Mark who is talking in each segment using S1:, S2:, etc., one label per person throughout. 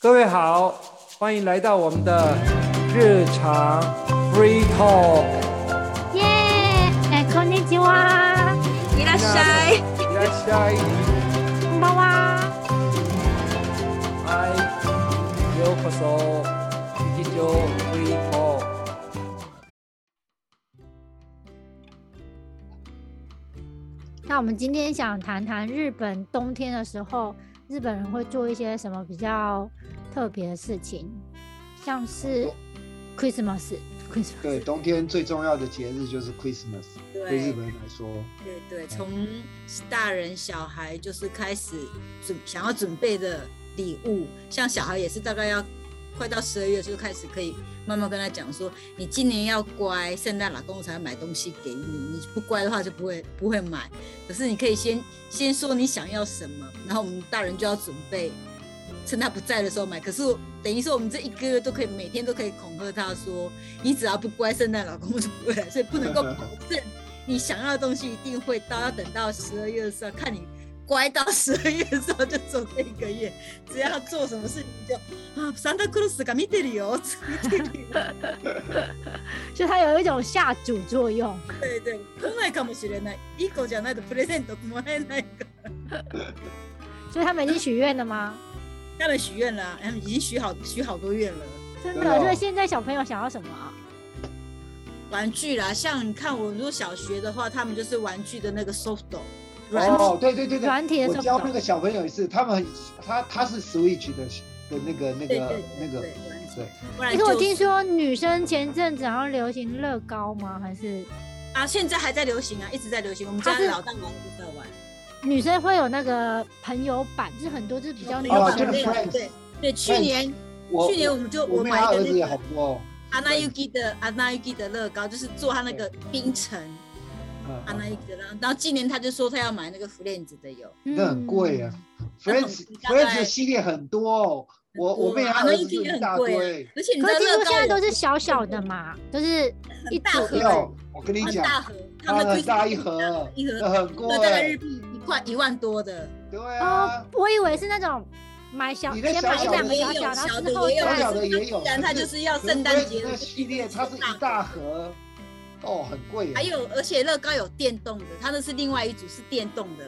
S1: 各位好，欢迎来到我们的日常 free talk。
S2: 耶，哎，こんにちは，
S3: 伊拉塞，
S1: いらっしゃい。
S2: こんばんは。
S1: 嗨，ようこそ日常 free talk。
S2: 那我们今天想谈谈日本冬天的时候，日本人会做一些什么比较特别的事情，像是 Christmas，Christmas，
S4: 对，冬天最重要的节日就是 Christmas，对日
S3: 对
S4: 本人来说，
S3: 对对，从大人小孩就是开始准想要准备的礼物，像小孩也是大概要快到十二月就开始可以慢慢跟他讲说，你今年要乖，圣诞老公公才会买东西给你，你不乖的话就不会不会买。可是你可以先先说你想要什么，然后我们大人就要准备。趁他不在的时候买，可是我等于说我们这一个月都可以每天都可以恐吓他说，你只要不乖，圣诞老公公就不会来，所以不能够保证你想要的东西一定会到，要等到十二月的时候，看你乖到十二月的时候就走这一个月，只要做什么事情就啊，Santa Cruz が見てるよ，見てるよ。
S2: 就它有一种下注作用。
S3: 对对，来ないかもしれない。一個じゃないとプレゼントもらえないから。
S2: 所以他们已经许愿了吗？
S3: 他们许愿了啊，他们已经许好许好多愿了。
S2: 真
S4: 真的
S2: 的，
S4: 哦
S2: 所以现在小朋友想要什么啊？
S3: 玩具啦，像你看我如果小学的话，他们就是玩具的那个 soft doll，软体
S4: 哦，对对对对，
S2: 软体的
S4: 我
S2: 时
S4: 教
S2: 候
S4: 那个小朋友也是，他们很他他是 Switch 的的那个那
S3: 对
S4: 个
S3: 对
S4: 那
S3: 对
S4: 个
S3: 对，软体
S4: 对，
S3: 不然
S2: 可是我
S3: 就
S2: 听说女生前阵子好像流行乐高吗？还是
S3: 啊，现在还在流行啊，一直在流行。我们
S2: 它
S3: 家
S2: 是
S3: 老大玩也在玩。
S2: 女生会有那个朋友版，就是很多就是比较女
S4: 哦
S2: 版
S4: 这
S2: 的
S4: 个
S2: 那种
S4: Friends
S3: 对对，去年
S4: 我
S3: 去年我们就
S4: 我
S3: 我
S4: 妹
S3: 买
S4: 她
S3: 一
S4: 儿
S3: 个
S4: 子也
S3: 那
S4: 好
S3: 个
S4: 多哦，
S3: 阿那 Yuki 的阿那 Yuki 的乐高，就是做他那个冰城
S4: 嗯
S3: 阿那 Yuki 的乐高。然后今年他就说他要买那个福链子的有，
S2: 嗯
S4: 那很贵啊，Friends
S3: 嗯大概
S4: Friends 的系列很多哦，我我妹她
S3: 那
S4: 儿
S3: 一
S4: 子就
S3: 定
S4: 一
S3: 很
S4: 大
S3: 贵啊
S4: 堆，
S3: 而且你知
S2: 可
S3: 道
S2: 是听
S3: 乐
S2: 说现在
S3: 高
S2: 都是小小的嘛，就是一
S3: 大
S2: 组
S3: 盒
S4: 没
S3: 的哦
S4: 有，我跟你
S3: 很
S4: 讲，
S3: 大盒，他
S4: 它
S3: 们的
S4: 很大
S3: Christmas
S4: 一盒，呃
S3: 一
S4: 那
S3: 盒，
S4: 很
S3: 那大概
S4: 贵，
S3: 日币一块一万多的，
S4: 对
S2: 哦
S4: 啊，，
S2: 我以为是那种买小
S4: 你
S2: 先
S4: 那小
S2: 买
S4: 小的
S2: 两个
S4: 也
S2: 小
S4: 有
S2: 小，然后
S3: 小
S2: 之
S3: 的
S2: 后
S3: 也有
S4: 小小
S2: 再
S4: 的也有，
S3: 不然他
S4: 可
S3: 就是是要圣诞节
S4: 那个系列，它是一大盒，哦，很贵耶。
S3: 还有，而且乐高有电动的，它那是另外一组是电动的，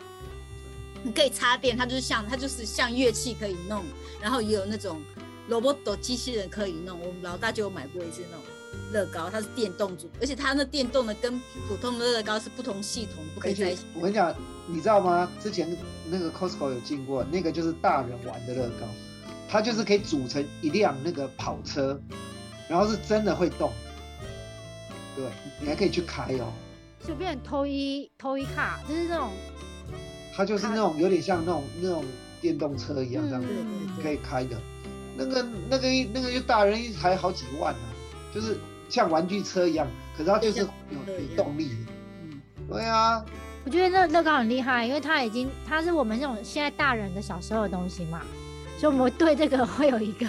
S3: 你可以插电，它就是像它就是像乐器可以弄，然后也有那种 robot 机器人可以弄。我们老大就有买过一次那种乐高，它是电动组，而且它那电动的跟普通的乐高是不同系统，不可
S4: 而
S3: 以在
S4: 且
S3: 一起。
S4: 哎我跟你讲，你知道吗？之前那个 Costco 有进过，那个就是大人玩的乐高，它就是可以组成一辆那个跑车，然后是真的会动。对，你还可以去开哦。
S2: 随便偷一偷一卡，就是那种
S4: 它就是那种有点像那种那种电动车一样，这样子、
S2: 嗯
S4: 可以开的。那个那个那个就大人一台好几万啊，就是像玩具车一样，可是它就是有有动力的。
S3: 嗯，
S4: 对啊，
S2: 我觉得乐乐高很厉害，因为它已经它是我们这种现在大人的小时候的东西嘛，所以我们对这个会有一个，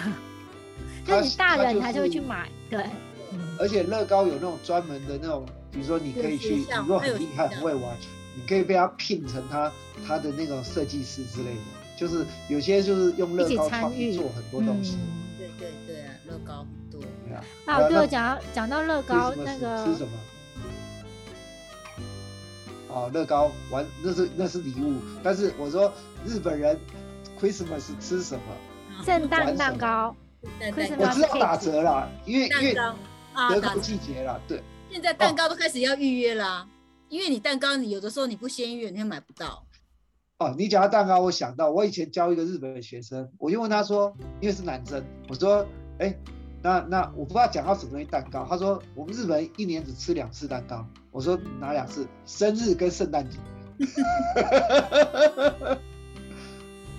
S2: 就是你大人
S4: 它
S2: 才
S4: 就是
S2: 就会去买，对，嗯
S4: 而且乐高有那种专门的那种，比如说你可以去，
S3: 有
S4: 你
S3: 学校
S4: 如果
S3: 它有
S4: 很厉
S3: 学
S4: 害
S3: 校
S4: 很会玩，你可以被他聘成他他的那种设计师之类的，就是有些就是用乐
S2: 一起
S4: 高
S2: 参
S4: 创
S2: 与
S4: 意做很多东西。
S2: 嗯
S3: 对对对啊，乐高很多。
S4: 对啊，
S2: 啊，我对我讲到讲到乐高
S4: 吃什么
S2: 那个
S4: 吃什么？哦，乐高玩那是那是礼物，但是我说日本人 Christmas 吃什么？
S2: 圣
S4: 玩什
S2: 诞
S4: 么
S2: 蛋糕，
S3: 蛋
S2: 亏是
S3: 蛋
S4: 我
S2: 妈
S3: 糕
S4: 知道打折啦，因为因
S3: 蛋
S4: 为
S3: 糕啊，
S4: 德哦
S3: 打
S4: 国季节啦，对，
S3: 现在蛋糕都开始要预约啦、因为你蛋糕你有的时候你不先预约，你会买不到。
S4: 哦，你讲到蛋糕，我想到我以前教一个日本的学生，我就问他说，因为是男生，我说，哎、那那我不知道讲到什么东西蛋糕，他说我们日本人一年只吃两次蛋糕，我说哪两次？生日跟圣诞节。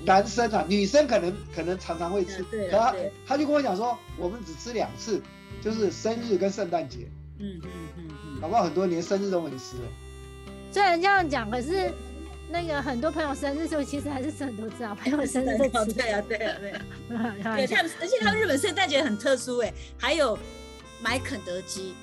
S4: 男生啊，女生可能可能常常会吃，
S3: 对啊对啊
S4: 可他
S3: 对
S4: 他就跟我讲说，我们只吃两次，就是生日跟圣诞节，
S3: 嗯嗯嗯
S4: 搞不好很多人连生日都没吃了。
S2: 虽然这样讲，可是那个很多朋友生日的时候，其实还是吃很多次啊，朋友生
S3: 嗯，
S2: 日
S3: 蛋
S2: 在
S3: 糕
S2: 吃。
S3: 对啊对啊对啊。
S2: 开玩
S3: 对，
S2: 笑
S3: 他们，而且他们日本圣诞节欸很特殊哎、还有买肯德基，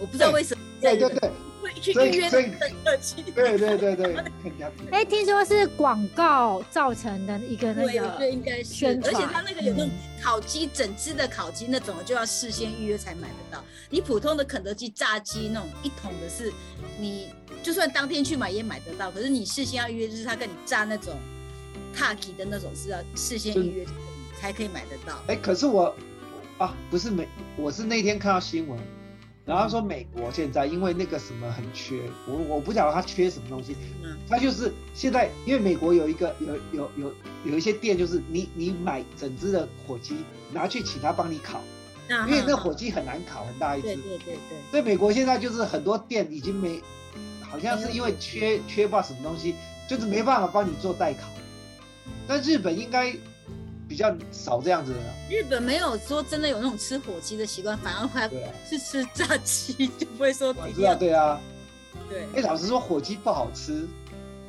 S3: 我不知道为什么
S4: 对对对，
S3: 会去
S4: 所以
S3: 预约
S4: 所以
S3: 那个客气。
S4: 对对对对，很了解。
S2: 哎，听说是广告造成的一个 那
S3: 对，我觉得
S2: 个，
S3: 应该是
S2: 宣，
S3: 而且
S2: 传
S3: 它那个有那种
S2: 嗯
S3: 烤鸡，整只的烤鸡那种，就要事先预约才买得到。你普通的肯德基炸鸡那种一桶的是，你就算当天去买也买得到，可是你事先要预约，就是他跟你炸那种 taki 的那种是要事先预约才可以买得到。
S4: 哎，可是我啊，不是美，我是那天看到新闻，然后说
S3: 嗯
S4: 美国现在因为那个什么很缺，我我不晓得它缺什么东西，
S3: 嗯
S4: 它就是现在因为美国有一个有有有有一些店，就是你你买整只的火鸡拿去请他帮你烤，
S3: 那
S4: 因为那
S3: 哈
S4: 火鸡很难烤，很大一
S3: 嗯对
S4: 只，
S3: 对对对，
S4: 所以美国现在就是很多店已经没，好像是因为缺缺乏什么东西，就是没办法帮你做代烤。但日本应该比较少这样子的啦，
S3: 日本没有说真的有那种吃火鸡的习惯，反而还
S4: 对啊，
S3: 是吃炸鸡，就不会说
S4: 我
S3: 一
S4: 知
S3: 定
S4: 道，
S3: 要
S4: 对啊。
S3: 对。
S4: 哎，老实说，火鸡不好吃，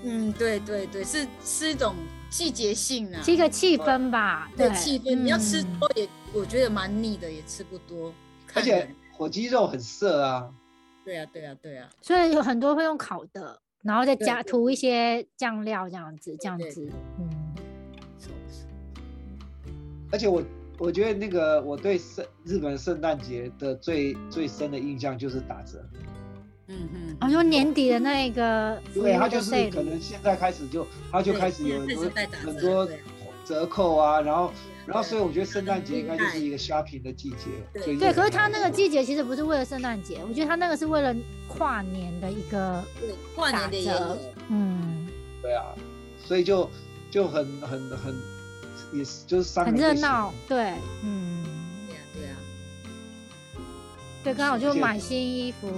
S3: 嗯，对对对，是是一种季节性啊，
S2: 是一个气氛吧？
S3: 对气氛。你要
S2: 嗯
S3: 吃多也，我觉得蛮腻的，也吃不多。
S4: 而
S3: 看
S4: 且
S3: 人
S4: 火鸡肉很涩啊。
S3: 对啊，对啊，对啊，
S2: 所以有很多会用烤的，然后再
S3: 对
S2: 加
S3: 对
S2: 涂一些酱料这样子，这样
S3: 对
S2: 子，嗯，
S3: 是不是
S4: 而且我我觉得那个我对圣日本圣诞节的最最深的印象就是打折，
S3: 嗯嗯，
S2: 然后就哦年底的那个，
S4: 对，它就是可能现在开始就它就开始有很
S3: 对
S4: 多
S3: 现在开始在打折
S4: 很多
S3: 对
S4: 折扣啊，然后
S3: 对啊
S4: 然后所以我觉得圣诞节
S3: 对
S4: 应该就是一个 shopping 的季节。
S3: 对
S4: 所以
S2: 对，
S4: 就
S2: 可是它那个季节其实不是为了圣诞节，我觉得它那个是为了跨年的一个，
S3: 对跨年的也
S2: 打
S3: 有
S2: 折，嗯，
S4: 对啊，所以就就很很很也是就是商
S2: 很
S4: 人
S2: 热
S4: 会喜欢
S2: 闹，对，嗯，
S3: 对啊对啊，
S2: 对，刚好
S4: 是
S2: 就
S4: 这样
S2: 买新衣服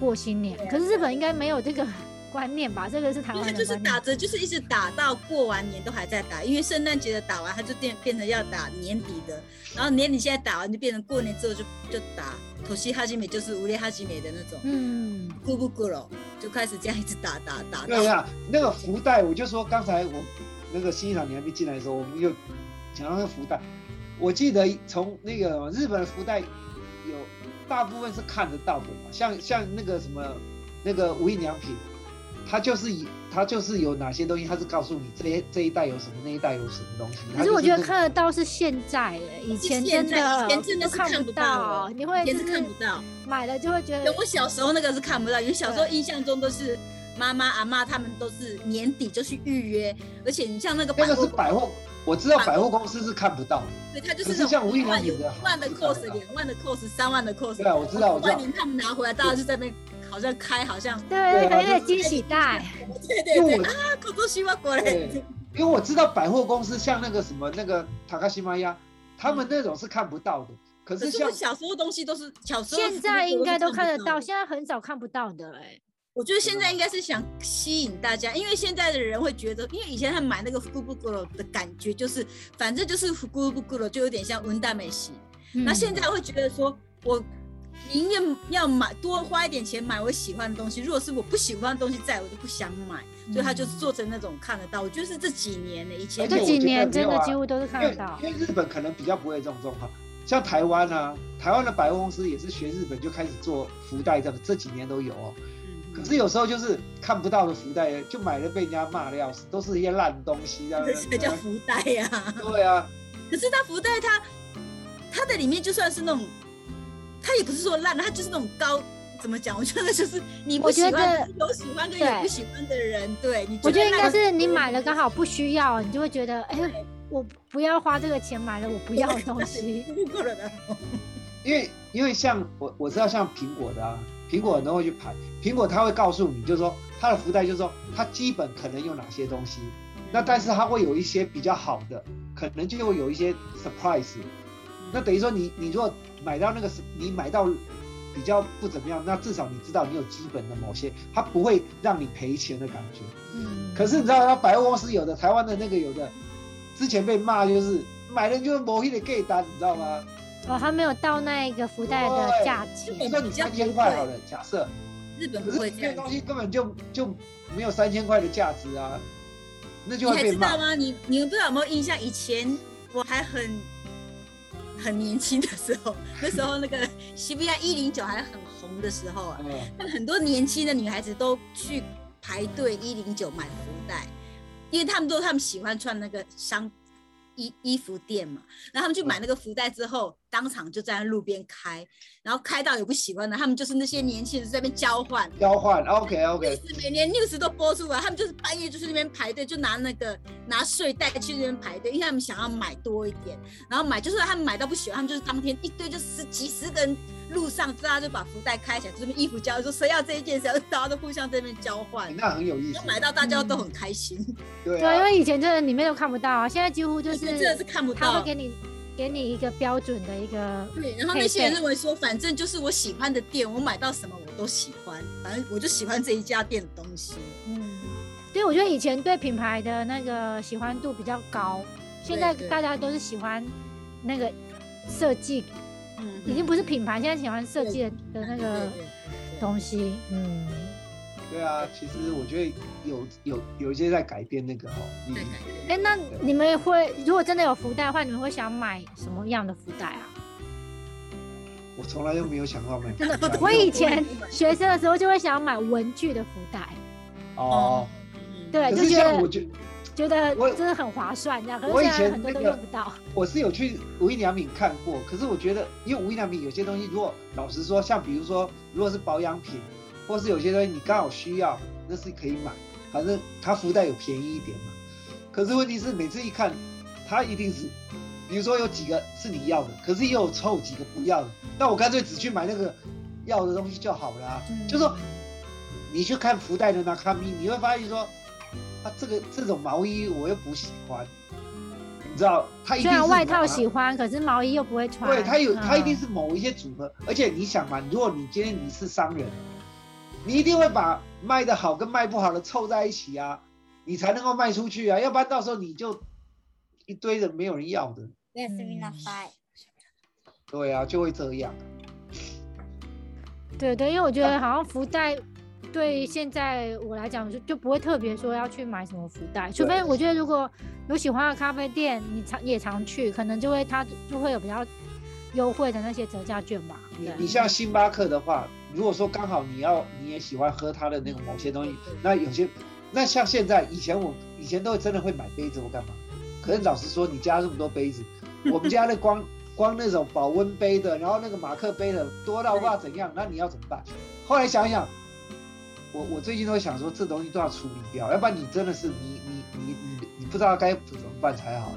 S2: 过新年
S3: 对，啊
S2: 可是
S3: 对
S2: 日
S3: 啊
S2: 本应该没有这个 观念吧？这个是台
S3: 因为
S2: 湾
S3: 它
S2: 的
S3: 就是
S2: 观
S3: 打
S2: 念，
S3: 折，就是一直打到过完年都还在打，因为圣诞节的打完，它就变变成要打年底的，然后年底现在打完就变成过年之后就就打头西哈基美，就是无列哈基美的那种，
S2: 嗯，
S3: 咕咕咕了，就开始这样一直打打打
S4: 对啊
S3: 打。
S4: 呀、那个福袋，我就说刚才我那个新一场你还没进来的时候，我们就讲到那个福袋。我记得从那个日本的福袋有大部分是看得到的嘛，像像那个什么那个无印良品，它就是以它就是有哪些东西，它是告诉你这一这一代有什么，那一代有什么东西。
S2: 可是我觉得
S4: 它就是
S2: 看得到是现在耶，以前真
S3: 现在
S2: 的
S3: 以前真的是
S2: 看
S3: 看
S2: 不
S3: 不到
S2: 到，
S3: 的
S2: 你会
S3: 以
S2: 就
S3: 前是
S2: 是
S3: 看不到。
S2: 买了就会觉得
S3: 等我小时候那个是看不到，因为小时候
S2: 对
S3: 印象中都是妈妈、阿妈他们都是年底就去预约，而且你像那个
S4: 那
S3: 百
S4: 个是
S3: 货，
S4: 百货，我知道百货公司是看不到的。
S3: 对，它就
S4: 可
S3: 是
S4: 是
S3: 那种
S4: 像无印
S3: 一万
S4: 良品
S3: 有
S4: 的啊
S3: 一万的
S4: 好
S3: cos，
S4: 看
S3: 两万的 cos，三万的 cos。
S4: 对啊，我知道，我知
S3: 万
S4: 道。
S3: 年他们拿回来，大家就在那好像开，好像
S4: 对
S2: 对对，
S4: 啊
S2: 那
S4: 就是
S2: 个惊喜袋，
S3: 对对
S4: 因为
S3: 对
S4: 我
S3: 啊，口都希望过来。
S4: 对 因为我知道百货公司像那个什么那个塔卡西玛呀，他们那种是看不到的。可
S3: 可
S4: 是
S3: 是
S4: 像
S3: 我小时候东西都是小时候，
S2: 现在应该都看得到，
S3: 现
S2: 现在很少看不到的哎、
S3: 我觉得现在应该是想吸引大家，因为现在的人会觉得，因为以前他买那个 g u b u g u r o 的感觉就是，反正就是 g u b u g u r o 就有点像温大美西。
S2: 嗯
S3: 那、现在会觉得说，我宁愿要买多花一点钱买我喜欢的东西，如果是我不喜欢的东西在，我就不想买，所以他就是做成那种看得到。我觉得是这几年的，以前
S4: 而
S2: 嗯
S4: 且
S2: 这
S4: 我
S2: 几
S4: 觉得
S2: 年
S4: 没
S2: 真
S4: 有
S2: 的
S4: 啊
S2: 几乎都是看
S4: 因
S2: 得
S4: 为
S2: 到，
S4: 因为日本可能比较不会有这种状况，像台湾啊，台湾的百货公司也是学日本就开始做福袋这样，这几年都有哦。
S3: 嗯
S4: 可是有时候就是看不到的福袋，就买了被人家骂的要死，都是一些烂东西 啊。
S3: 这叫福袋呀、
S4: 对啊，
S3: 可是它福袋它它的里面就算是那种，它也不是说烂的，它就是那种高。怎么讲？我觉得就是你不
S2: 我
S3: 喜
S2: 觉
S3: 欢
S2: 得
S3: 就是有喜欢跟
S2: 对
S3: 有不喜欢的人，对你
S2: 我觉得应该
S3: 烂
S2: 是你买 了刚好不需要，你就会觉得哎、我不要花这个钱买了我不要的东 西，
S3: 路过了的，
S4: 因为因为像我我知道像苹果的啊，苹果很多人会去排，苹果它会告诉你，就是说它的福袋，就是说它基本可能有哪些东西，那但是它会有一些比较好的，可能就会有一些 surprise。那等于说你你如果买到那个是你买到比较不怎么样，那至少你知道你有基本的某些，它不会让你赔钱的感觉。
S2: 嗯，
S4: 可是你知道，它百货公司有的台湾的那个有的，之前被骂就是买了就是某一的 gay 单，你知道吗？
S2: 哦还没有到那一个福袋的
S3: 哦
S4: 对
S2: 价
S4: 比如
S2: 钱，
S4: 说你三千块好
S3: 哎
S4: 了，假设，
S3: 日本
S4: 可
S3: 不
S4: 是
S3: 会
S4: 里
S3: 这
S4: 面
S3: 样
S4: 的东。
S3: 子
S4: 西根本就就没有三千块的价值啊，那就
S3: 你
S4: 会
S3: 还
S4: 被
S3: 知
S4: 骂
S3: 道。吗？你你们不知道有没有印象？以前我还很 很年轻的时候，那时候那个西伯利亚一零九还很红的时候啊，
S4: 嗯，
S3: 那很多年轻的女孩子都去排队一零九买福袋，因为他们都他们喜欢穿那个商衣衣服店嘛，然后他们去买那个福袋之后，当场就在路边开，然后开到有不喜欢的，他们就是那些年轻人在那边交换。
S4: 交换，OK
S3: 六
S4: OK，
S3: 十每年 news 都播出来，他们就是半夜就去那边排队，就拿那个拿睡袋去那边排队，因为他们想要买多一点，然后买，就算他们买到不喜欢，他们就是当天一堆就十几十个人路上，大家就把福袋开起来，就这边衣服交，说谁要这一件，谁要，大家都互相这边交换，
S4: 那很有意思
S3: 就，买到大家都很开心，
S4: 对
S2: 对啊，因
S4: 啊，
S2: 为以前真的里面都看不到啊，现在几乎就
S3: 就是哎真的是看不
S2: 他会
S3: 到。
S2: 给你给你一个标准的一个
S3: 对，然后那些人认为说，反正就是我喜欢的店，我买到什么我都喜欢，反正我就喜欢这一家店的东西。
S2: 嗯，对，我觉得以前对品牌的那个喜欢度比较高，现在
S3: 对
S2: 大家都是喜欢那个设计，
S3: 嗯，
S2: 已经不是品牌，现在喜欢设计的的那
S3: 对
S2: 个
S3: 对对
S2: 东西。嗯，
S4: 对啊，其实我觉得有有有一些在改变那个哦，
S3: 对
S4: 嗯
S3: 对对
S2: 哎，那你们会如果真的有福袋的话，你们会想买什么样的福袋啊？
S4: 我从来都没有想到买
S3: 真的不
S4: 福袋
S2: 我以前
S3: 我也
S2: 学生的时候就会想买文具的福袋，
S4: 哦，，
S2: 对，
S3: 嗯
S4: 可
S2: 就是觉
S4: 像我
S2: 得
S4: 觉
S2: 觉得
S4: 我
S2: 真的很划算这样，可
S4: 我
S2: 是
S4: 以
S2: 现在
S4: 前
S2: 很多
S4: 那
S2: 都
S4: 个
S2: 用不到。
S4: 我是有去无印良品看过，可是我觉得，因为无印良品有些东西，如果老实说，像比如说，如果是保养品，或是有些东西你刚好需要，那是可以买，反正它福袋有便宜一点嘛。可是问题是，每次一看，它一定是，比如说有几个是你要的，可是也有凑几个不要的，那我干脆只去买那个要的东西就好了、啊。
S3: 嗯
S4: 就说你去看福袋的那卡米，你会发现说，啊，这个这种毛衣我又不喜欢，你知道，它一
S2: 虽
S4: 定是啊
S2: 然外套
S4: 拿
S2: 喜欢，可是毛衣又不会穿。
S4: 对，它有它一定
S2: 嗯
S4: 是某一些组合，而且你想嘛，如果你今天你是商人，你一定会把卖的好跟卖不好的凑在一起啊，你才能够卖出去啊，要不然到时候你就一堆人没有人要的，
S5: We have three not
S2: Mm.
S5: five.
S4: 对啊，就会这样。
S2: 对对，因为我觉得好像福袋对现在我来讲就就不会特别说要去买什么福袋，除非
S4: 对
S2: 我觉得如果有喜欢的咖啡店，你常也常去，可能就会它就会有比较优惠的那些折价券吧。
S4: 你
S2: 对
S4: 你像星巴克的话，如果说刚好你要你也喜欢喝它的那个某些东西，那有些那像现在以前我以前都真的会买杯子或干嘛，可是老实说，你家这么多杯子，我们家那光 光那种保温杯的，然后那个马克杯的多到不知道怎样，那你要怎么办？后来想一想，我我最近都想说这东西都要处理掉，要不然你真的是你你你你你不知道该怎么办才好。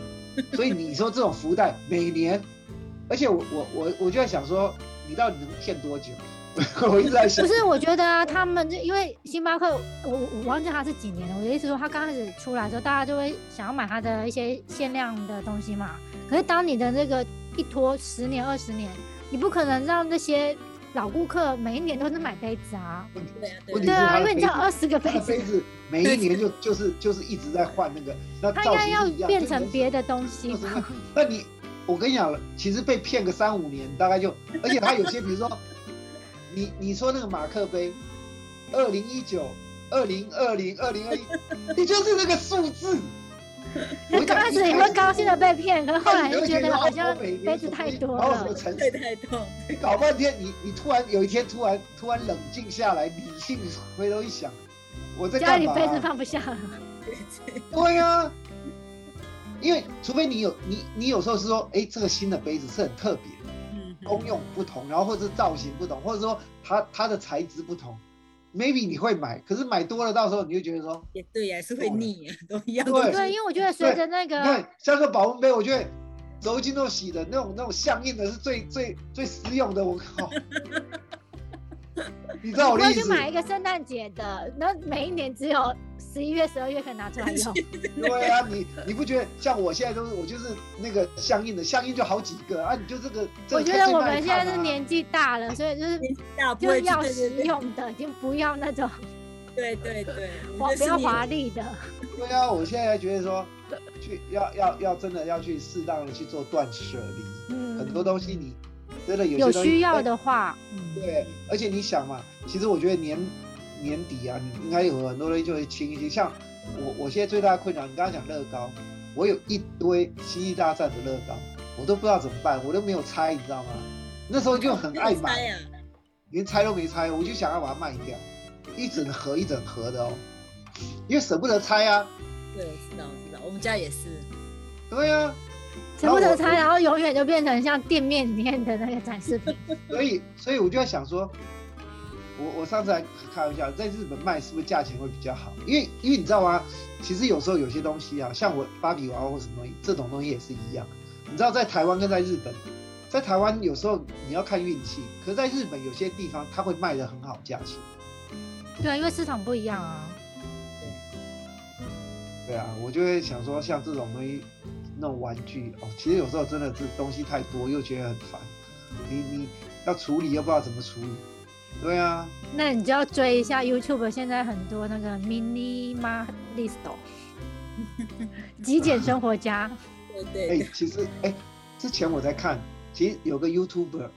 S4: 所以你说这种福袋每年，而且我我我我就在想说，你到底能骗多久？ 我一直在想
S2: 不，是，我觉得啊，他们就因为星巴克，我我我忘记它是几年了。我的意思说，它刚开始出来的时候，大家就会想要买它的一些限量的东西嘛。可是当你的这个一拖十年、二十年，你不可能让那些老顾客每一年都是买杯子啊。
S3: 对啊，
S4: 问
S3: 对
S4: 题
S2: 对
S3: 啊，
S4: 是它
S2: 啊，
S4: 的
S2: 因为你知道
S4: 杯
S2: 二十个
S4: 它
S2: 杯
S4: 的
S2: 子
S4: 杯，子每一年就就是就是一直在换那个，那
S2: 它应
S4: 造
S2: 该
S4: 型
S2: 要
S4: 是一样
S2: 变成别。的
S4: 就
S2: 东西
S4: 是
S2: 吧。
S4: 那那你，我跟你讲了，其实被骗个三五年，大概就，而且它有些，比如说，你你说那个马克杯，二零一九、二零二零、二零二一，你就是那个数字。我
S2: 刚
S4: 讲
S2: 开
S4: 一
S2: 始你会高兴的被骗，可是后来
S4: 你
S2: 就
S4: 会
S2: 觉得
S4: 哦
S2: 好像
S4: 我每年
S2: 杯子
S4: 什么
S2: 太多
S4: 然后什么
S2: 了。
S4: 城
S3: 对太痛。
S4: 你搞半天，你你突然有一天突然突然冷静下来，理性回头一想，我在
S2: 家
S4: 干
S2: 里
S4: 嘛、
S2: 杯子放不下了，
S4: 对啊，因为除非你有你你有时候是说，哎、这个新的杯子是很特别的，
S3: 嗯
S4: 功用不同，然后或者是造型不同，或者说它它的材质不同，maybe 你会买，可是买多了，到时候你就觉得说，
S3: 也对呀，也是会腻呀，都一样。
S4: 对
S2: 对，因为我觉得随着那
S4: 你
S2: 个
S4: 看像个保温杯，我觉得柔巾都洗的那种那种象印的是最最最实用的，我 靠，你知道我
S2: 不
S4: 的
S2: 会
S4: 意
S2: 去
S4: 思？
S2: 买一个圣诞节的，那每一年只有十一月、十二月可以拿出来用。
S4: 对啊，你你不觉得像我现在都是我就是那个相应的相应就好几个啊，你就这个。这
S2: 我
S4: 个
S2: 觉
S4: 开
S2: 得
S4: 最
S2: 我
S4: 慢
S2: 们现
S4: 看
S2: 在是
S4: 啊
S2: 年纪大了，所以就是
S3: 大不
S2: 就
S3: 会
S2: 是要
S3: 去
S2: 实用的，已经不要那 种
S3: 对对对，
S2: 华
S3: 我觉得
S2: 不要
S3: 是你
S2: 华丽的。
S4: 对啊，我现在觉得说，去要要要真的要去适当的去做断舍离，
S2: 嗯，
S4: 很多东西你真的有
S2: 有
S4: 些东西哎
S2: 需要的话，嗯，
S4: 对，而且你想嘛，其实我觉得年年底啊，你应该有很多东西就会清一清。像我我现在最大的困扰，你刚刚讲乐高，我有一堆《星际大战》的乐高，我都不知道怎么办，我都没有猜，你知道吗？那时候就很爱买，
S3: 猜呀、
S4: 连拆都没拆，我就想要把它卖掉，一整盒一整盒的哦，因为舍不得拆啊，
S3: 对，我知道，我知道，我们家也是。
S4: 对啊呀、
S2: 舍不得拆，然后永远就变成像店面里面的那个展示品。
S4: 所以所以我就在想说，我我上次还开玩笑，在日本卖是不是价钱会比较好？因为因为你知道吗？其实有时候有些东西啊，像我芭比娃娃或什么东西，这种东西也是一样。你知道在台湾跟在日本，在台湾有时候你要看运气，可是在日本有些地方它会卖的很好价钱。
S2: 对，啊因为市场不一样啊。
S4: 对啊，我就会想说，像这种东西，那种玩具哦，其实有时候真的是东西太多，又觉得很烦。你你要处理又不知道怎么处理。对啊，
S2: 那你就要追一下 YouTube，现在很多那个 mini ma list，极简生活家。
S3: 对
S4: 哎、
S3: 对对，
S4: 其实哎、之前我在看，其实有个 YouTuber，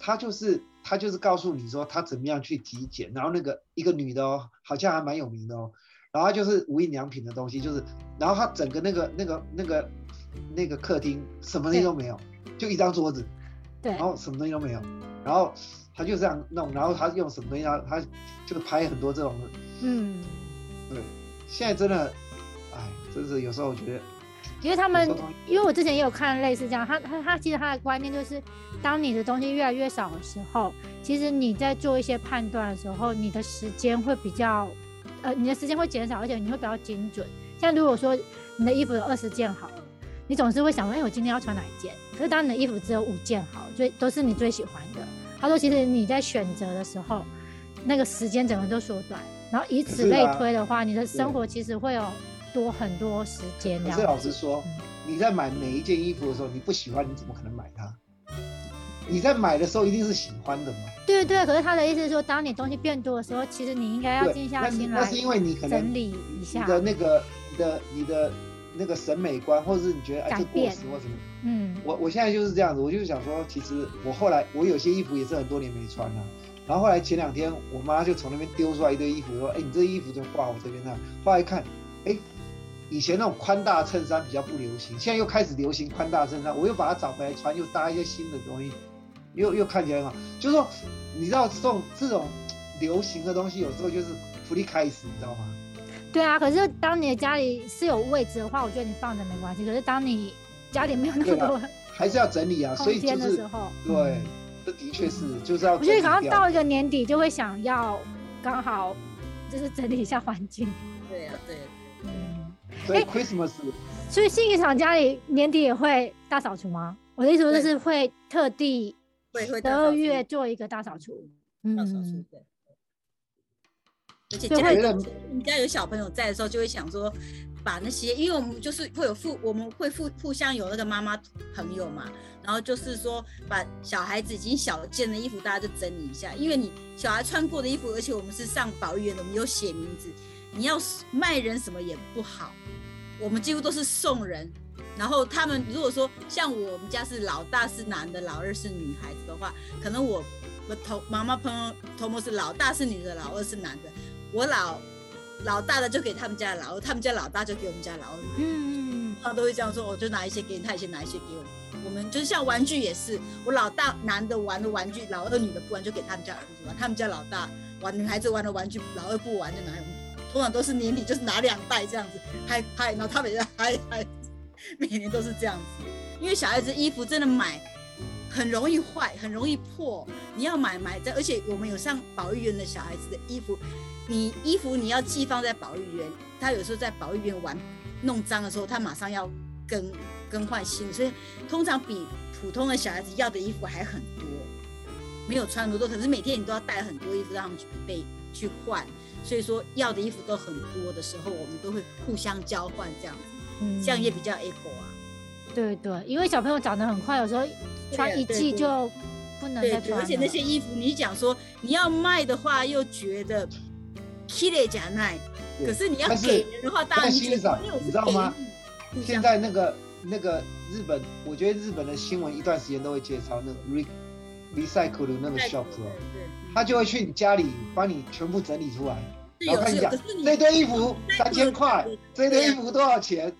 S4: 他就是他就是告诉你说他怎么样去体检，然后那个一个女的哦，好像还蛮有名的哦，然后她就是无印良品的东西，就是然后她整个那个那个那个那个客厅什么东西都没有，就一张桌子，
S2: 对
S4: 然，后什么东西都没有，然后他就这样弄，然后他用什么东西，他他就拍很多这种，
S2: 嗯，
S4: 对，现在真的，哎，真是有时候我觉得
S2: 因为他们
S4: 有时候东西，
S2: 因为我之前也有看类似这样，他他他其实他的观念就是，当你的东西越来越少的时候，其实你在做一些判断的时候，你的时间会比较，呃，你的时间会减少，而且你会比较精准。像如果说你的衣服有二十件好了，你总是会想说，哎、我今天要穿哪一件？可是当你的衣服只有五件好，最都是你最喜欢的。他说，其实你在选择的时候，那个时间整个都缩短，然后以此
S4: 是
S2: 类
S4: 啊
S2: 推的话，你的生
S4: 对
S2: 活其实会有多很多时间。这
S4: 可
S2: 样
S4: 是
S2: 子
S4: 老实说
S2: 嗯，
S4: 你在买每一件衣服的时候，你不喜欢，你怎么可能买它？你在买的时候一定是喜欢的嘛？
S2: 对对，可是他的意思是说，当你东西变多的时候，其实你应该要
S4: 对，
S2: 静
S4: 那
S2: 下
S4: 你
S2: 心
S4: 那
S2: 来
S4: 是因为你可能
S2: 整理一
S4: 你
S2: 下。
S4: 的那个、你的、你的那个审美观，或者是你觉得哎
S2: 改
S4: 这过
S2: 变
S4: 时或什么。
S2: 嗯，
S4: 我我现在就是这样子，我就是想说，其实我后来我有些衣服也是很多年没穿了、然后后来前两天我妈就从那边丢出来一堆衣服，说：“哎，你这衣服怎么挂我这边那？”后来看，哎，以前那种宽大衬衫比较不流行，现在又开始流行宽大衬衫，我又把它找回来穿，又搭一些新的东西，又又看起来很好。就是说，你知道这种这种流行的东西，有时候就是福利开始，你知道吗？
S2: 对啊。可是当你的家里是有位置的话，我觉得你放着没关系。可是当你家里没有那么
S4: 对啊
S2: 多
S4: 还是要整理啊，所
S2: 空
S4: 以就
S2: 间的
S4: 是
S2: 时候，
S4: 对
S2: 嗯，
S4: 这的确是就是要
S2: 我
S4: 整
S2: 觉得
S4: 理掉。
S2: 好像到一个年底就会想要刚好就是整理一下环境。
S3: 对呀、对、
S2: 嗯，
S4: 所以
S2: 哎
S4: Christmas
S2: 所以新剧场家里年底也会大扫除吗？我的意思就
S3: 对
S2: 是会特地
S3: 会会
S2: 十
S3: 大扫
S2: 二
S3: 除
S2: 月做一个大扫除。
S3: 大扫除
S2: 嗯，
S3: 对。而且
S2: 对
S3: 家里
S4: 会
S3: 有你家有小朋友在的时候，就会想说，把那些，因为我们就是会有父，我们会互互相有那个妈妈朋友嘛，然后就是说把小孩子已经小件的衣服，大家就整理一下，因为你小孩穿过的衣服，而且我们是上保育员的，我们有写名字，你要是卖人什么也不好，我们几乎都是送人。然后他们如果说像我们家是老大是男的，老二是女孩子的话，可能我我头妈妈朋友头目是老大是女的，老二是男的，我老老大的就给他们家的老二，他们家老大就给我们家老二，
S2: 嗯，
S3: 他都会这样说，我就拿一些给你，他也先拿一些给我。我们就是像玩具也是，我老大男的玩的玩具，老二女的不玩就给他们家儿子玩，他们家老大玩女孩子玩的玩具，老二不玩就拿我们。通常都是年底就是拿两袋这样子，嗨嗨，然后他每天嗨嗨，每年都是这样子。因为小孩子衣服真的买很容易坏，很容易破，你要买买在，而且我们有上保育园的小孩子的衣服，你衣服你要寄放在保育园，他有时候在保育园玩弄脏的时候，他马上要更更换新的，所以通常比普通的小孩子要的衣服还很多，没有穿那么多，可是每天你都要带很多衣服让他们去备去换，所以说要的衣服都很多的时候，我们都会互相交换这样子，
S2: 嗯
S3: 这样也比较 eco 啊。
S2: 对对，因为小朋友长得很快，有时候穿
S3: 对啊
S2: 一
S3: 对
S2: 季
S3: 对
S2: 就不能
S3: 对
S2: 再
S3: 对，
S2: 穿了。
S3: 而且那些衣服，你讲说你要卖的话，又觉得 k i l e 假奈，
S4: 对
S3: 可是你要
S4: 但是
S3: 给人的话，当然
S4: 在
S3: 觉得
S4: 欣赏
S3: 因为我是
S4: 你知道吗
S3: 给你？
S4: 现在那个那个日本，我觉得日本的新闻一段时间都会介绍那个 re recycle 的那个
S3: 在
S4: shop
S3: 国
S4: 哦，
S3: 对，嗯
S4: 他就会去你家里帮你全部整理出来，
S3: 对
S4: 然后
S3: 有
S4: 跟你讲
S3: 是有，可是你
S4: 这堆衣服三千块，这堆衣服多少钱？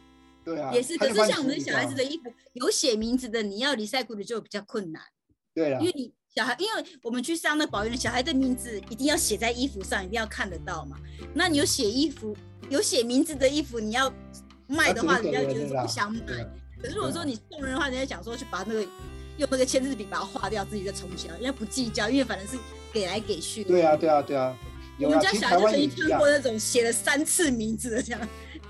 S4: 对啊，
S3: 也是，
S4: 他就
S3: 可
S4: 是帮你
S3: 像我们
S4: 处理
S3: 小孩
S4: 掉啊
S3: 子的衣服有写名字的，你要 recycle 的就比较困难，
S4: 对啊
S3: 因，为你小孩，因为我们去上那保育的小孩的名字一定要写在衣服上，一定要看得到嘛。那你有写衣服有写名字的衣服，你要卖的话，
S4: 要自己
S3: 人
S4: 给
S3: 家觉
S4: 人
S3: 得
S4: 啦
S3: 说不想买
S4: 对啊。
S3: 可是如果说你送人的话，人家讲说去把那个用那个签字笔把它划掉，自己再重写，人家不计较，因为反正是给来给去。
S4: 对啊，对啊，对啊，
S3: 我
S4: 有
S3: 们
S4: 啊，
S3: 家
S4: 其实
S3: 小
S4: 台
S3: 孩就
S4: 湾
S3: 曾
S4: 也
S3: 经
S4: 一
S3: 看
S4: 样
S3: 过，那种写了三次名字的这样。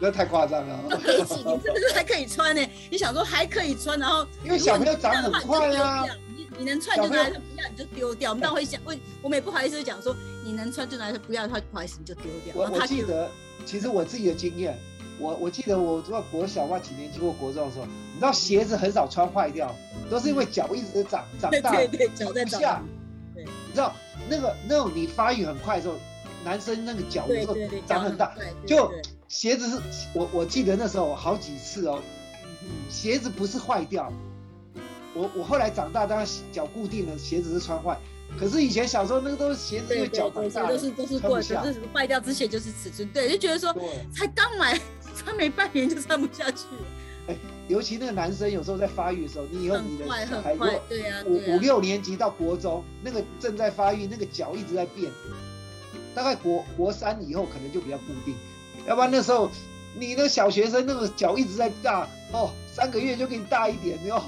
S4: 那太夸张 了。
S3: 给起，你真的是还可以穿呢、你想说还可以穿，然后
S4: 因为小朋友长很快啊
S3: 如果你不要的话你就丢掉，你你能穿就拿来穿，不要你就丢掉。我们当然会想，我我们也不好意思讲说你能穿就拿来穿，不要的话不好意思你就丢掉。
S4: 我
S3: 然后
S4: 我
S3: 他
S4: 记
S3: 就
S4: 得，其实我自己的经验，我我记得我做国小吧几年级或国中的时候，你知道鞋子很少穿坏掉，都是因为脚一直长长
S3: 对
S4: 大，
S3: 对对，脚在
S4: 不下
S3: 长，
S4: 你知道那个那种你发育很快的时候，男生那个脚有
S3: 对
S4: 时候
S3: 对对，
S4: 长很大，
S3: 对，对
S4: 就
S3: 对
S4: 鞋子是我我记得那时候我好几次哦，鞋子不是坏掉，我我后来长大当然脚固定了，鞋子是穿坏，可是以前小时候那个都是鞋子因
S3: 对
S4: 为脚
S3: 对
S4: 长大了
S3: 对，所以都，是都是
S4: 穿不
S3: 过
S4: 下
S3: 的，就是坏掉之前就是尺寸，对，就觉得说
S4: 对。
S3: 才刚买穿没半年就穿不下去了，
S4: 尤其那个男生有时候在发育的时候，你以后你
S3: 很
S4: 的
S3: 快
S4: 小
S3: 很
S4: 孩如
S3: 快
S4: 果，
S3: 对啊
S4: 五
S3: 对
S4: 五
S3: 啊，
S4: 六年级到国中，那个正在发育，那个脚一直在变，大概国国三以后可能就比较固定，要不然那时候你那小学生那个脚一直在大哦，三个月就给你大一点哟、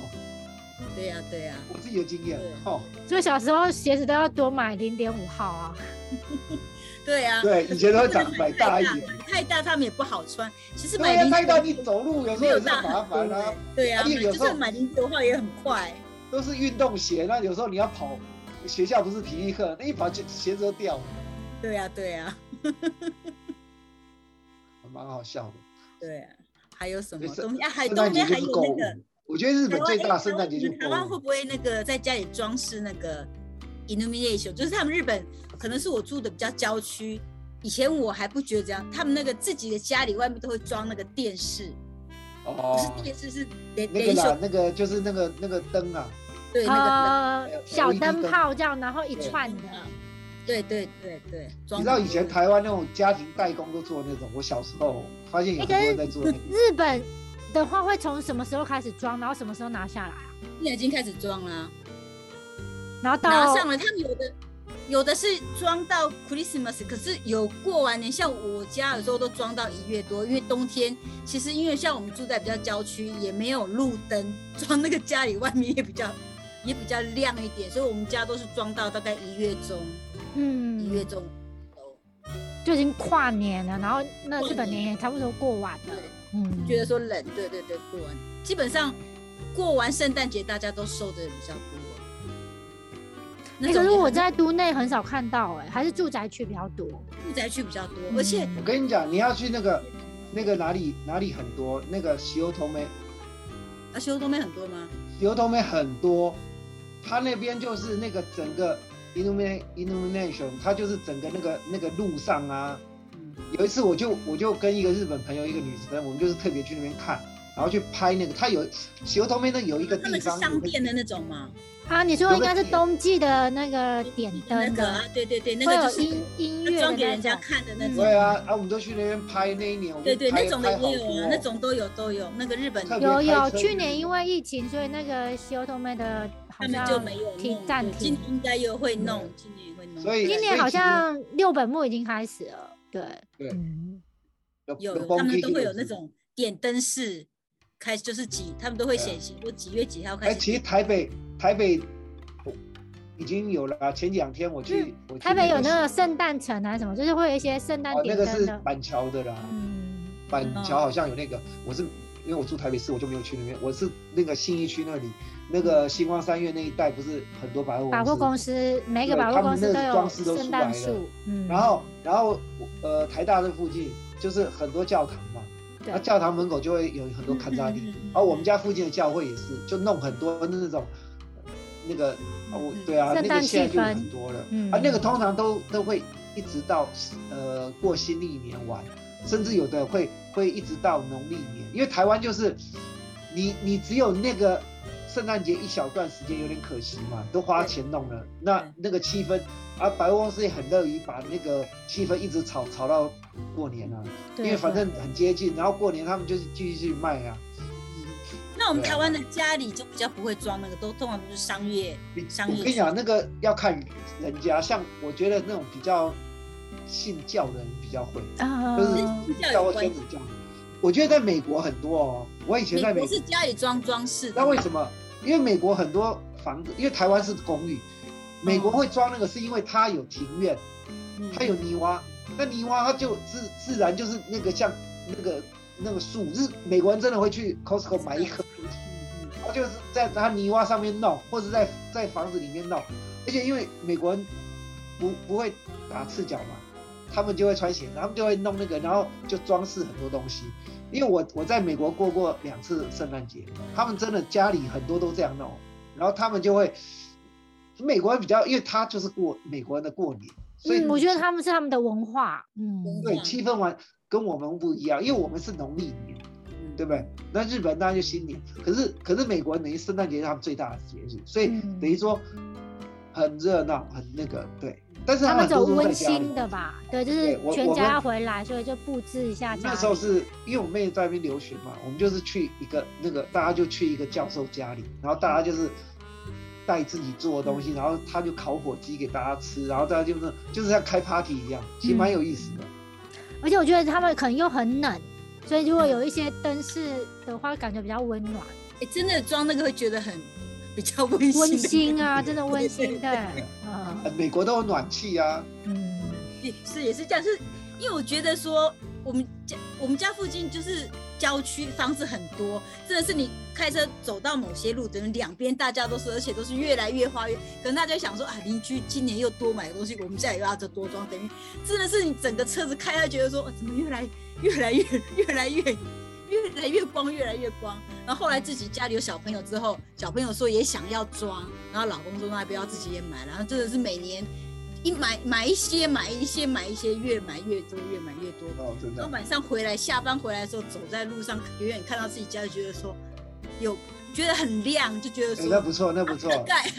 S3: 对啊对啊，
S4: 我自己的经验
S3: 对
S4: 哦，
S2: 所以小时候鞋子都要多买零点五号啊。
S3: 对啊，
S4: 对，以前都会长
S3: 真的
S4: 买
S3: 买
S4: 大
S3: 大
S4: 一点，
S3: 太大他们也不好穿。其实
S4: 对啊
S3: 买
S4: 呀，
S3: 零
S4: 太大你
S3: 九
S4: 走路有时
S3: 没
S4: 候
S3: 有
S4: 也是
S3: 大
S4: 麻
S3: 很
S4: 烦
S3: 多
S4: 啊
S3: 欸，，对啊，
S4: 而且
S3: 买
S4: 有时
S3: 就
S4: 候
S3: 算买零九号也很快，
S4: 都是运动鞋，那有时候你要跑，学校不是体育课，那一跑鞋鞋子都掉了，
S3: 对啊，对啊，
S4: 蛮好笑的。
S3: 对啊。还有什么
S4: 所以圣
S3: 东西啊？还
S4: 圣
S3: 东
S4: 诞
S3: 西
S4: 节就
S3: 还
S4: 是
S3: 有
S4: 购
S3: 那
S4: 物
S3: 个。
S4: 我觉得日
S3: 台
S4: 本
S3: 湾
S4: 最大
S3: 哎
S4: 的圣诞节就是
S3: 台湾
S4: 购
S3: 台湾会
S4: 物。
S3: 不会那个在家里装饰那个 illumination？就是他们日本可能是我住的比较郊区，以前我还不觉得这样，他们那个自己的家里外面都会装那个电视，不
S4: 哦
S3: 是电视是连
S4: 那个
S3: 连
S4: 啦
S3: 袖，，
S4: 那个就是那个那个灯啊，
S3: 对啊那个
S2: 呃
S4: 那个，
S2: 小
S4: LED
S2: 灯
S4: 灯
S2: 泡这样，然后一
S4: 对
S2: 串的，
S3: 对对对对，
S4: 你
S3: 装
S4: 知道以
S3: 很
S4: 前
S3: 多
S4: 台湾那种家庭代工都做那种，我小时候发现有
S2: 哎
S4: 很多人在
S2: 可
S4: 做
S2: 是
S4: 那
S2: 日
S4: 个。
S2: 日本的话会从什么时候开始装，然后什么时候拿下来啊？
S3: 现在已经开始装了啊。
S2: 然后
S3: 拿
S2: 到
S3: 上来，他们有的有的是装到 Christmas，可是有过完年，像我家有时候都装到一月多，因为冬天其实因为像我们住在比较郊区，也没有路灯，装那个家里外面也比较 也比较亮一点，所以我们家都是装到大概一月中，一月
S2: 嗯，
S3: 中。
S2: 就已经跨年了，然后那日本
S3: 跨年
S2: 年也差不多过完了
S3: 对，
S2: 嗯，
S3: 觉得说冷，对对对，过完基本上过完圣诞节大家都瘦的比较多。
S2: 那
S3: 种
S2: 哎可是
S3: 也
S2: 我
S3: 很
S2: 在都内很少看到，哎，还是住宅区比较多，
S3: 住宅区比较多，而
S2: 嗯
S3: 且
S4: 我跟你讲，你要去那个那个哪里哪里很多，那个石油头梅，
S3: 啊，修东妹很多吗？
S4: 石油头梅很多，它那边就是那个整个 illumination illumination，它就是整个那个那个路上啊，
S3: 嗯
S4: 有一次我就我就跟一个日本朋友，一个女生，我们就是特别去那边看，然后去拍那个，它有石油头面那有一个
S3: 他
S4: 地
S3: 们是
S4: 方，
S3: 商店的那种吗？
S2: 啊，你说
S4: 有
S2: 应
S4: 个
S2: 该是
S4: 点
S2: 冬季的那个点
S3: 那
S2: 灯
S3: 个啊
S2: 的，，
S3: 对对对，那
S2: 会
S3: 个
S2: 有
S3: 就是
S2: 音音乐
S3: 装
S2: 的
S3: 给人
S2: 那
S3: 家
S2: 种，
S3: 看的那
S2: 嗯
S3: 种，
S4: 对啊，啊，我们都去那边拍那一年，我们
S3: 对对，
S4: 拍
S3: 那种的也有啊，
S4: 拍好多
S3: 那。
S4: 哦
S3: 种都有都有。那个日本
S4: 特别
S2: 有
S4: 开
S2: 有，
S4: 车
S2: 去
S4: 的
S2: 年因为疫情，所以那个西欧通妹的好
S3: 他们
S2: 像
S3: 就没有
S2: 停
S3: 弄，
S2: 暂
S3: 对今
S2: 停，
S3: 年应该又会弄，今年也会弄。
S4: 所以
S2: 今
S4: 所以
S2: 年好
S4: 其实
S2: 像六本木已经开始了，对，
S4: 对
S2: 嗯，
S3: 有
S4: 有
S3: 他们都会有
S4: Bonky
S3: 那种点灯式，开就是几，他们都会显示说几月几号
S4: 啊哎，
S3: 开始
S4: 其实
S3: 点。
S4: 台北台北已经有了啊，前两天我去，我去
S2: 台北有那
S4: 那
S2: 个圣诞城还是什么，就是会有一些圣诞
S4: 哦，
S2: 点
S4: 那个是
S2: 灯的，
S4: 板桥的啦，
S2: 嗯，
S4: 板桥好像有那个，我是因为我住台北市，我就没有去那边，我是那个信义区那里，那个星光三月那一带不是很多百货
S2: 嗯百货公
S4: 司，
S2: 司每个
S4: 对
S2: 百货
S4: 他们
S2: 公司
S4: 那
S2: 都
S4: 个装
S2: 有
S4: 饰都
S2: 圣
S4: 出
S2: 诞
S4: 来
S2: 树
S4: 了，
S2: 嗯，
S4: 然后然后呃台大这附近就是很多教堂嘛，
S2: 对
S4: 那教堂门口就会有很多
S3: 嗯
S4: 看扎地
S3: 嗯嗯嗯，
S4: 而我们家附近的教会也是，就弄很多那种呃那个啊我
S3: 嗯
S4: 对啊，
S2: 圣
S4: 那个
S2: 诞
S4: 现在
S2: 气
S4: 就
S2: 氛
S4: 很多了
S2: 嗯
S4: 啊，那个通常都都会一直到呃过新历年完，甚至有的会会一直到农历年，因为台湾就是你你只有那个圣诞节一小段时间有点可惜嘛，都花钱弄了，那那个气氛啊，百货公司也很乐于把那个气氛一直炒炒到过年啊，因
S2: 对
S4: 为反
S2: 对
S4: 正很接近，然后过年他们就是继续去卖啊，
S3: 那我们
S4: 对啊
S3: 台湾的家里就比较不会装那个，都通常都是商业
S4: 你
S3: 商
S4: 我
S3: 业
S4: 跟你讲，那个要看人家，像我觉得那种比较信教的人比较会，
S2: 啊，
S4: 就是
S3: 跟宗教
S4: 教
S3: 有
S4: 或
S3: 关
S4: 天主
S3: 系。
S4: 教。我觉得在美国很多哦，我以前在美
S3: 美国
S4: 国
S3: 是，家里装装饰的，
S4: 那为什么？因为美国很多房子，因为台湾是公寓，美国会装那个是因为它有庭院，
S3: 嗯
S4: 它有泥洼，那泥洼它就自自然就是那个像那个那个树，日美国人真的会去 Costco 买一棵
S3: 嗯嗯
S4: 他就是在他泥洼上面弄，或者在在房子里面弄，而且因为美国人不不会打赤脚嘛，他们就会穿鞋子，他们就会弄那个，然后就装饰很多东西。因为我我在美国过过两次圣诞节，他们真的家里很多都这样弄，然后他们就会美国人比较，因为他就是过美国人的过年，所以、
S2: 嗯，我觉得他们是他们的文化，嗯，
S4: 对气氛完跟我们不一样，因为我们是农历年。
S3: 嗯
S4: 对不对？那日本当然就新年，可是可是美国人等于圣诞节是他们最大的节日，所以
S2: 嗯
S4: 等于说很热闹，很那个对。但是
S2: 嗯他们
S4: 很
S2: 走
S4: 多都在
S2: 温
S4: 家里
S2: 馨的吧？对，就是
S4: 对我
S2: 全
S4: 我们
S2: 家要回来，所以就布置一下家
S4: 那
S2: 里。
S4: 时候是因为我妹在那边留学嘛，我们就是去一个那个，大家就去一个教授家里，然后大家就是带自己做的东
S2: 嗯
S4: 西，然后他就烤火鸡给大家吃，然后大家就是就是像开 party 一样，其实
S2: 嗯
S4: 蛮有意思的。
S2: 而且我觉得他们可能又很冷，所以如果有
S4: 嗯
S2: 一些灯饰的话，感觉比较温 暖、
S3: 哎，真的装那个会觉得很比较温馨。
S2: 温馨啊，真的温馨 的，嗯
S4: 呃美国都有暖气啊，
S2: 嗯，
S3: 也是也是这样，是因为我觉得说我们家我们家附近就是郊区，房子很多，真的是你开车走到某些路，等于两边大家都是，而且都是越来越花越，可能大家想说啊，邻居今年又多买个东西，我们家也要再多装，等于真的是你整个车子开，他觉得说、哦、怎么越来越来越越来越越来越光，越来越光。然后后来自己家里有小朋友之后，小朋友说也想要装，然后老公说那不要自己也买，然后真的是每年一买买一些，买一些，买一些，越买越多，越买越多。
S4: 哦，真
S3: 然
S4: 的
S3: 后。晚上回来，下班回来的时候，走在路上，远远看到自己家，就觉得说有觉得很亮，就觉得
S4: 哎、那
S3: 说
S4: 不错，那不错
S3: 大，概，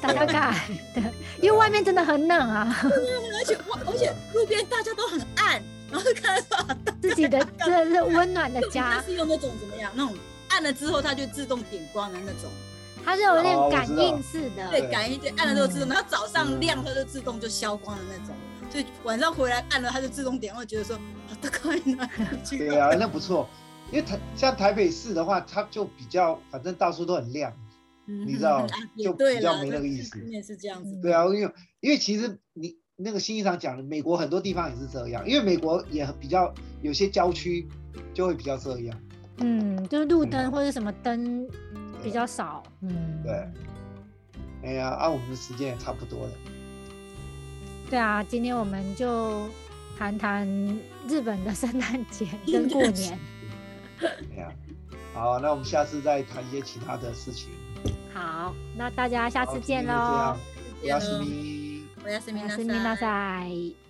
S2: 大大概对，因为外面真的很冷 啊，
S3: 而且哇，而且路边大家都很暗，然后就看到说啊
S2: 自己的这是温暖的
S3: 它
S2: 家，
S3: 是用那种怎么样，那种暗了之后它就自动点光的那种，
S2: 它是有
S4: 哦
S2: 点
S4: 我
S2: 感
S4: 哦知道
S2: 应式的，
S3: 对，
S4: 对
S3: 感应对，暗了之后自动，
S2: 嗯
S3: 然后早上
S4: 嗯
S3: 亮它就自动就消光的那种，所以晚上回来暗了它就自动点，我就觉得说啊，大概呢，
S4: 对啊，那不错。因为台像台北市的话，它就比较，反正到处都很亮，
S3: 你
S4: 你知道
S3: 嗯啊也
S4: 就
S3: 对
S4: 比较
S3: 啦
S4: 没那
S3: 对
S4: 个意
S3: 是
S4: 思
S3: 也是这样子，
S4: 对啊，因为因为其实你那个新一长讲的，美国很多地方也是这样，因为美国也比较有些郊区就会比较这样。
S2: 嗯，就是路
S4: 对
S2: 灯或者什么灯比较少，嗯，
S4: 对哎呀，啊，我们的时间也差不多了，
S2: 对啊，今天我们就谈谈日本的圣诞节跟过 年，
S4: 哎呀，好，那我们下次再谈一些其他的事情。
S2: 好，那大家下
S4: 好
S2: 次
S4: 今天
S2: 见
S4: 就这
S2: 喽
S4: 样。
S3: 是
S4: おやす
S3: 这样哦。
S4: み。
S3: おやす
S2: お
S3: み
S2: や
S3: な
S2: すみな
S3: さい。
S2: さい。